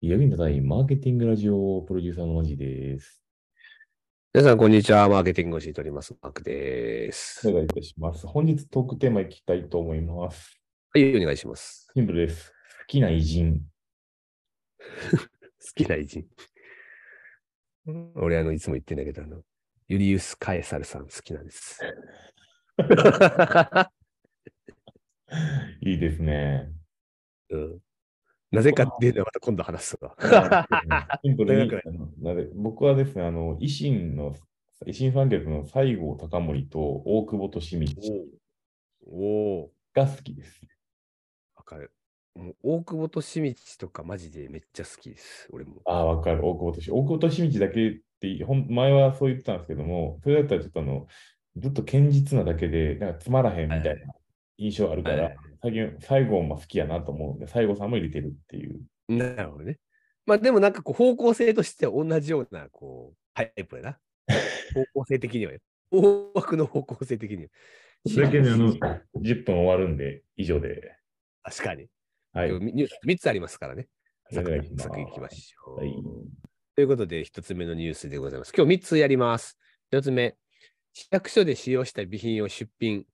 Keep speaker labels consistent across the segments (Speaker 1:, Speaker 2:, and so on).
Speaker 1: 闇のないマーケティングラジオプロデューサーのマジです。
Speaker 2: 皆さん、こんにちは。マーケティングをしております。マークです。
Speaker 1: お
Speaker 2: は
Speaker 1: 願いいたします。本日トークテーマいきたいと思います。
Speaker 2: い、お願いします。
Speaker 1: シンプルです。好きな偉人。
Speaker 2: 好きな偉人。俺、あの、いつも言ってんだけど、あの、ユリウス・カエサルさん好きなん です。
Speaker 1: いいです ね。
Speaker 2: うん、なぜかっていうのはまた今度話すわ。
Speaker 1: シンプルに
Speaker 2: 長く
Speaker 1: あのなぜ僕はですね、あの、維新の、維新三脚の西郷隆盛と大久保利通
Speaker 2: おお
Speaker 1: が好きです。
Speaker 2: わかる。もう大久保としみちとかマジでめっちゃ好きです。俺も。
Speaker 1: ああ、わかる。大久保利通。大久保利通だけって、ほん前はそう言ってたんですけども、それだったらちょっとあの、ずっと堅実なだけで、なんかつまらへんみたいな印象あるから、最近、西郷も好きやなと思うんで、西郷さんも入れてるっていう。
Speaker 2: なるほどね。まあでもなんかこう方向性としては同じようなこうタイプだ な。方向性的にはよ。大枠の方向性的には。
Speaker 1: それだけであの、10分終わるんで、以上で。
Speaker 2: 確かに。
Speaker 1: はい。
Speaker 2: でもニュース3つありますからね。
Speaker 1: お
Speaker 2: 作
Speaker 1: 願いします
Speaker 2: 品いきましょう。
Speaker 1: はい
Speaker 2: ということで、1つ目のニュースでございます。今日3つやります。1つ目、市役所で使用した備品を出品。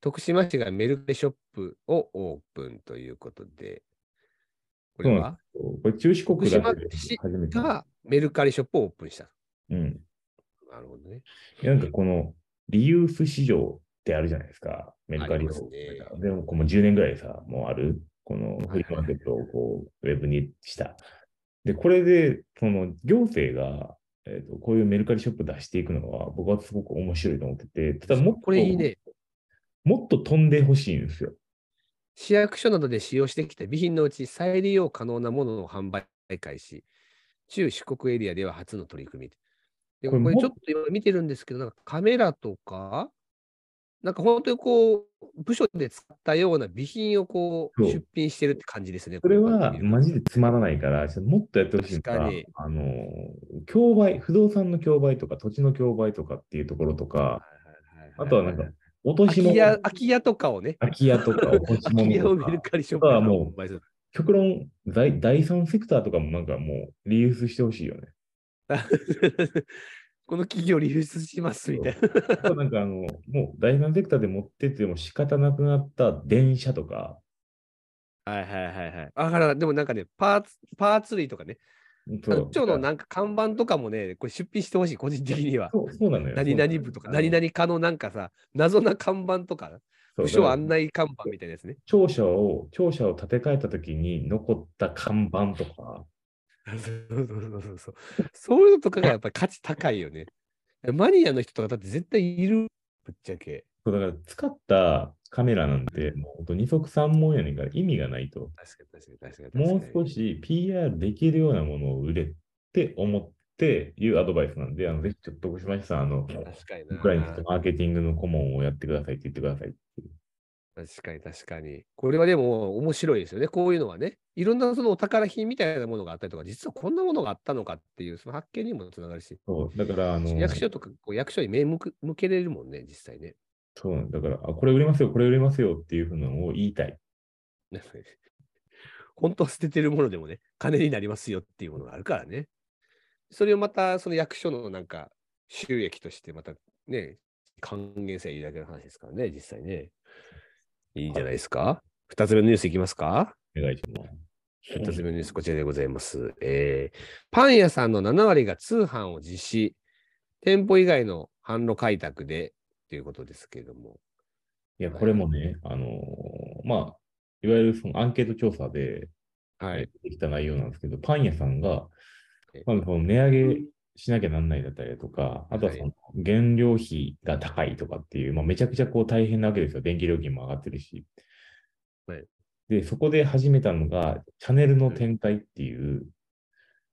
Speaker 2: 徳島市がメルペショップをオープンということで、これは、
Speaker 1: これ、中四国だけで
Speaker 2: 福島市
Speaker 1: 初めて。
Speaker 2: がメルカリショップをオープンした。
Speaker 1: うん。
Speaker 2: なるほどね。
Speaker 1: いやなんかこの、リユース市場ってあるじゃないですか。メルカリ
Speaker 2: ありま
Speaker 1: の。
Speaker 2: すね
Speaker 1: でも、こうもう10年ぐらいさ、もうある。このフリーマーケットをこうウェブにした。で、これで、その行政が、えっとこういうメルカリショップ出していくのは、僕はすごく面白いと思ってて、ただもっと、
Speaker 2: これいいね。
Speaker 1: もっと飛んでほしいんですよ。
Speaker 2: 市役所などで使用してきた備品のうち再利用可能なものの販売開始、中四国エリアでは初の取り組み。で
Speaker 1: こ
Speaker 2: こ
Speaker 1: れ
Speaker 2: れ
Speaker 1: も
Speaker 2: ちょっと今見てるんですけど、なんかカメラとか、なんか本当にこう、部署で使ったような備品をこう
Speaker 1: そう
Speaker 2: 出品してるって感じですね。
Speaker 1: それは
Speaker 2: こういうのを
Speaker 1: マ
Speaker 2: 見
Speaker 1: ジ
Speaker 2: る
Speaker 1: でつまらないから、ちょっともっとやってほしいのが
Speaker 2: 確かに
Speaker 1: あの、競売、不動産の競売とか、土地の競売とかっていうところと
Speaker 2: と
Speaker 1: か、
Speaker 2: はいはいはい
Speaker 1: あとはなんか、落とし
Speaker 2: 空
Speaker 1: 物
Speaker 2: き家、空き家とかをね、
Speaker 1: 空き家とか落とし
Speaker 2: 空き
Speaker 1: 物
Speaker 2: 家を
Speaker 1: と
Speaker 2: メル
Speaker 1: か、
Speaker 2: カリショッ
Speaker 1: あとは
Speaker 2: プ
Speaker 1: もう
Speaker 2: う。
Speaker 1: 極論第、第三セクターとかもなんかもうリユースしてほしい よね。
Speaker 2: この企業流出しますみたいな。
Speaker 1: あとなんかあの、もう第三セクターで持ってっても仕方なくなった電車とか、
Speaker 2: はいはいはいはい。あから、でもなんかね、パーツ、パーツ類とかね、
Speaker 1: そ
Speaker 2: 区長の
Speaker 1: な
Speaker 2: なんか看板とかもね、これ出品してほしい、個人的には。
Speaker 1: そうそうなのよ。
Speaker 2: 何々部とか、
Speaker 1: そうなの
Speaker 2: 何々課のなんかさ、謎な看板とか、
Speaker 1: そう
Speaker 2: 部
Speaker 1: だ
Speaker 2: 署
Speaker 1: から
Speaker 2: 案内看板みたいなやつね。
Speaker 1: 庁舎を、庁舎を建て替えた時に残った看板とか、
Speaker 2: そうそうそうそうそう。そういうのとかがやっぱり価値高いよね。 マニアの人とかだって絶対いる、ぶっちゃけ。
Speaker 1: そうだから使ったカメラなんて、もうほんと二足三門やねんから意味がないと。
Speaker 2: 確かに確かに確かに。
Speaker 1: もう少。し PR できるようなものを売れって思っていうアドバイスなんで、あのぜひちょっと徳島市さん、あの、
Speaker 2: 確かに
Speaker 1: ウクライナの
Speaker 2: な
Speaker 1: 人。マーケティングの顧問をやってくださいって言ってくださいっていう。
Speaker 2: 確かに確かに。これはでも面白いですよね。こういうのはね。いろんなそのお宝品みたいなものがあったりとか、実はこんなものがあったのかっていうその発見にもつながるし、
Speaker 1: そう、だから、あの、
Speaker 2: 役所とかこう役所に目向く向けれるもんね、実際ね。
Speaker 1: そうなんだから、あ、これ売れますよ、これ売れますよっていうふうなのを言いたい。
Speaker 2: なんかね本当は捨ててるものでもね、金になりますよっていうものがあるからね。それをまたその役所のなんか収益としてまたね、還元性いいだけの話ですからね、実際ね。いいんじゃないですか。二つ目のニュースいきますか
Speaker 1: お願いします。
Speaker 2: 2つ目のニュース、こちらでございます。えーパン屋さんの7割が通販を実施、店舗以外の販路開拓でということですけれども、
Speaker 1: いや、これもね、あのーまあ、いわゆるそのアンケート調査で、
Speaker 2: は
Speaker 1: 出、てきた内容なんですけど、パン屋さんが
Speaker 2: え、
Speaker 1: まあ、その値上げしなきゃなんないだったりだとか、あとはその原料費が高いとかっていう、まあ、めちゃくちゃこう大変なわけですよ。電気料金も上がってるし。
Speaker 2: はい
Speaker 1: で、そこで始めたのが、チャンネルの展開っていう、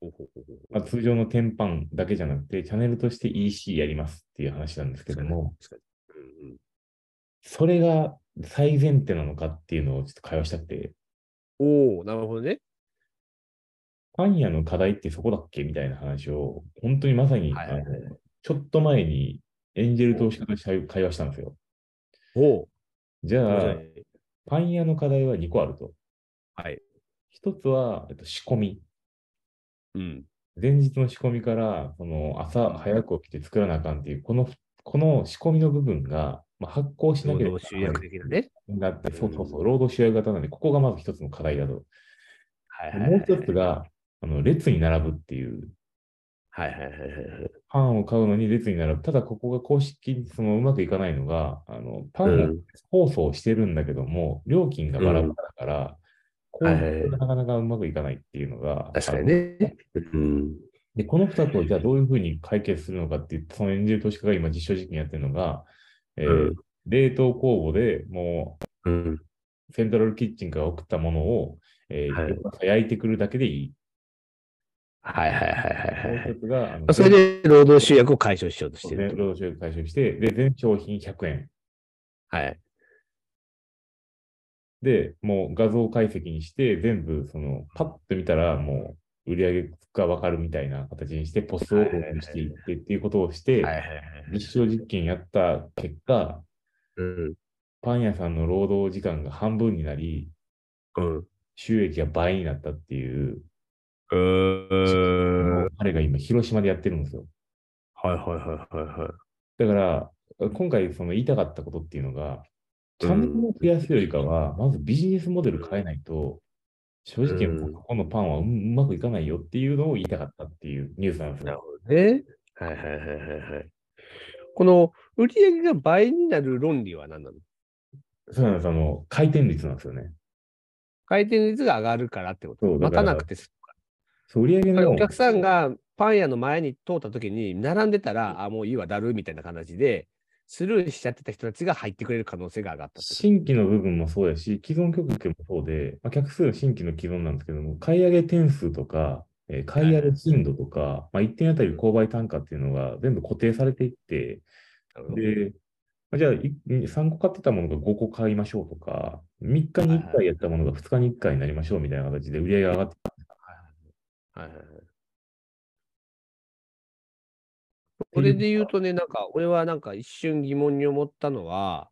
Speaker 2: ほうほうほう
Speaker 1: まあ、通常の天板だけじゃなくて、チャンネルとして EC やりますっていう話なんですけども、
Speaker 2: 確かにうんうん
Speaker 1: それが最前提なのかっていうのをちょっと会話したくて、
Speaker 2: おお、なるほどね。
Speaker 1: パン屋の課題ってそこだっけみたいな話を、本当にまさに、
Speaker 2: はいはいはい
Speaker 1: あのちょっと前にエンジェル投資家とし会話したんですよ。
Speaker 2: おお、
Speaker 1: じゃ
Speaker 2: 面白
Speaker 1: あ、
Speaker 2: い
Speaker 1: パン屋の課題は2個あると。
Speaker 2: はい。
Speaker 1: 1つは、えっと、仕込み。
Speaker 2: うん。
Speaker 1: 前日の仕込みから、その朝早く起きて作らなあかんっていう、この、この仕込みの部分が、まあ、発行しな
Speaker 2: 労
Speaker 1: ければ
Speaker 2: 働集約的なね。
Speaker 1: なって、そうそうそう、労働集約型なんで、ここがまず一つの課題だと。
Speaker 2: はいはいはい。
Speaker 1: もう一つが、あの列に並ぶっていう、
Speaker 2: はいはいはいはいはい。
Speaker 1: パンを買うのに列に並ぶ。ただ、ここが公式にそのうまくいかないのが、あのパ
Speaker 2: う
Speaker 1: ンを
Speaker 2: ん
Speaker 1: 包装してるんだけども、料金がバラバラだから、こう
Speaker 2: はいはいはい
Speaker 1: なかなかうまくいかないっていうのが、
Speaker 2: 確かにね。うん。
Speaker 1: で、この2つをじゃあどういうふうに解決するのかって言って、そのエンジェル投資家が今実証実験やってるのが、えー
Speaker 2: うん
Speaker 1: 冷凍工房でも
Speaker 2: うん。
Speaker 1: うセントラルキッチンから送ったものを、えー
Speaker 2: はい
Speaker 1: 翌朝焼いてくるだけでいい。
Speaker 2: はいはいはいはいはい
Speaker 1: も
Speaker 2: は
Speaker 1: う
Speaker 2: い。
Speaker 1: 一つが、あの
Speaker 2: まあそれで労働集約を解消しようとして
Speaker 1: 全
Speaker 2: ると。
Speaker 1: 労働集約回収して、で、全商品100円。
Speaker 2: はい。
Speaker 1: で、もう画像解析にして、全部、その、パッと見たら、もう、売り上げがわかるみたいな形にして、ポスをオープンしていってっていうことをして、
Speaker 2: はいはいはい。
Speaker 1: 実証実験やった結果、
Speaker 2: うん。
Speaker 1: パン屋さんの労働時間が半分になり、
Speaker 2: うん。
Speaker 1: 収益が倍になったっていう、
Speaker 2: うーん。
Speaker 1: 彼が今、広島でやってるんですよ。
Speaker 2: はいはいはいはいは
Speaker 1: だ
Speaker 2: い。
Speaker 1: から、今回、その言いたかったことっていうのが、チャンネルを増やすよりかは、まずビジネスモデル変えないと、正直、
Speaker 2: うん
Speaker 1: ここのパンはううまくいかないよっていうのを言いたかったっていうニュースなんです
Speaker 2: なる
Speaker 1: よ。
Speaker 2: ほどね。はいはいはいはいはい。この売り上げが倍になる論理は何なの
Speaker 1: そうなんです。あの、回転率なんですよね。
Speaker 2: 回転率が上がるからってこと。
Speaker 1: そうだ
Speaker 2: 待
Speaker 1: から
Speaker 2: たなくて済む
Speaker 1: そう売り上げ
Speaker 2: から
Speaker 1: の
Speaker 2: お客さんがパン屋の前に通った時に並んでたら、あ、もういいわ、だるみたいな形で、スルーしちゃってた人たちが入ってくれる可能性が上がったってこと
Speaker 1: 新規の部分もそうやし、既存顧客もそうで、まあ、客数は新規の既存なんですけども、買い上げ点数とか、えー買い上げ頻度とか、まあ、1点あたり購買単価っていうのが全部固定されていって、
Speaker 2: なるほど
Speaker 1: で、まあじゃあい3個買ってたものが5個買いましょうとか、3日に1回やったものが2日に1回になりましょうみたいな形で売り上げが上がって、
Speaker 2: はいはいはい。これで言うとね、なんか、俺はなんか一瞬疑問に思ったのは、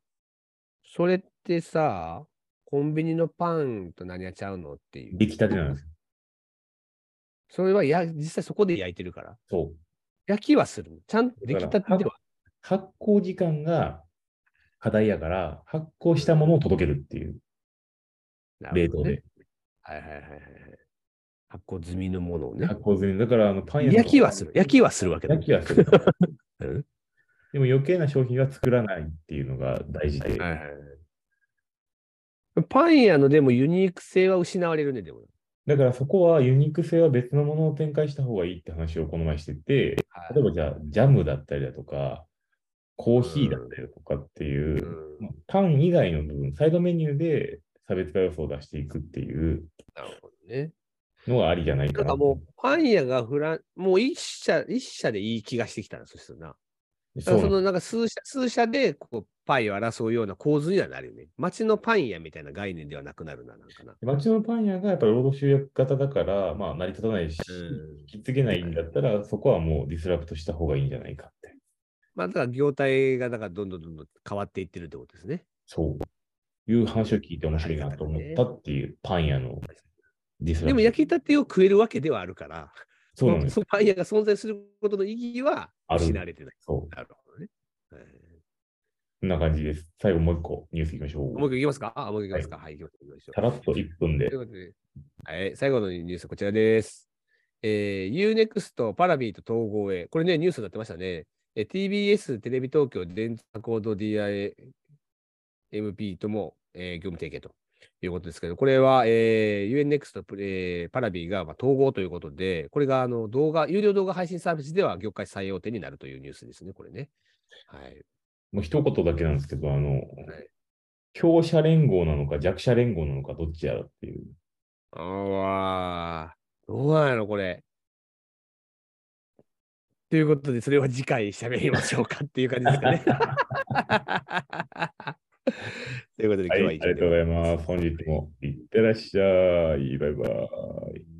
Speaker 2: それってさ、コンビニのパンと何がちゃうのっていう。
Speaker 1: 出来たてなんですよ。
Speaker 2: それはや実際そこで焼いてるから。
Speaker 1: そう。
Speaker 2: 焼きはするの。ちゃんと出来たてでは。
Speaker 1: 発行時間が課題やから、発行したものを届けるっていう、
Speaker 2: な
Speaker 1: 冷
Speaker 2: るほ
Speaker 1: 凍
Speaker 2: どね
Speaker 1: で。
Speaker 2: はいはいはいはいはい。発酵済みのものをね
Speaker 1: 発。行済み。だから、あの、パン屋さん
Speaker 2: 焼きはする。焼きはするわけだ。
Speaker 1: 焼きはする。
Speaker 2: うん
Speaker 1: でも余計な商品は作らないっていうのが大事で、
Speaker 2: はいはいはいパン屋のでもユニーク性は失われるね、でも。
Speaker 1: だからそこはユニーク性は別のものを展開した方がいいって話をこの前してて、
Speaker 2: はい
Speaker 1: 例えばじゃあジャムだったりだとか、コーヒーだったりだとかっていうう、
Speaker 2: ん
Speaker 1: まあパン以外の部分、サイドメニューで差別化要素を出していくっていう
Speaker 2: なるほどね。
Speaker 1: のがありじゃないか
Speaker 2: な
Speaker 1: な。
Speaker 2: んかもう、パン屋がフラン、もう一社、一社でいい気がしてきたな、そしたらな。
Speaker 1: う、
Speaker 2: だ
Speaker 1: そ
Speaker 2: か
Speaker 1: う
Speaker 2: らそ
Speaker 1: なん
Speaker 2: のなんか数社、数社でこうパイを争うような構図にはなるよね。町のパン屋みたいな概念ではなくなるな、なんかな。
Speaker 1: 町のパン屋がやっぱり労働集約型だから、まあ成り立たないし、引き継げないんだったら、そこはもうディスラプトした方がいいんじゃないかって。
Speaker 2: まあ、だから業態がだからどんどんどんどん変わっていってるってことですね。
Speaker 1: そう。いう話を聞いて面白いなと思ったっていうパン屋のディスラプト。
Speaker 2: でも焼きたてを食えるわけではあるから、
Speaker 1: そう なんですよ。
Speaker 2: のパン屋が存在することの意義は
Speaker 1: ある
Speaker 2: 失われてない。
Speaker 1: そう。
Speaker 2: なるほどね。はい
Speaker 1: こんな感じです。最後もう一個ニュースいきましょ
Speaker 2: もう一
Speaker 1: う。
Speaker 2: 個いきますかあ、もう一個いきますか。はい、行きましょう。
Speaker 1: さらっと1分で
Speaker 2: とい。うことで、はい、最後のニュースこちらです。えー、UNEXT、パラビーと統合へ。これね、ニュースになってましたね。えー TBS、テレビ東京、電通コード DIA、MP とも、えー業務提携ということですけど、これは、えー UNEXT と、えーパラビーが、まあ、統合ということで、これがあの動画、有料動画配信サービスでは業界最大手になるというニュースですね、これね。はい。
Speaker 1: もう一言だけなんですけど、あの、強者連合なのか弱者連合なのかどっちやらっていう。
Speaker 2: ああ、どうなのこれ。ということで、それは次回喋りましょうかっていう感じですかね。ということで、今日
Speaker 1: は、
Speaker 2: はい
Speaker 1: あり
Speaker 2: 以上で
Speaker 1: がとうございます。本日もいってらっしゃい。バイバイ。
Speaker 2: す。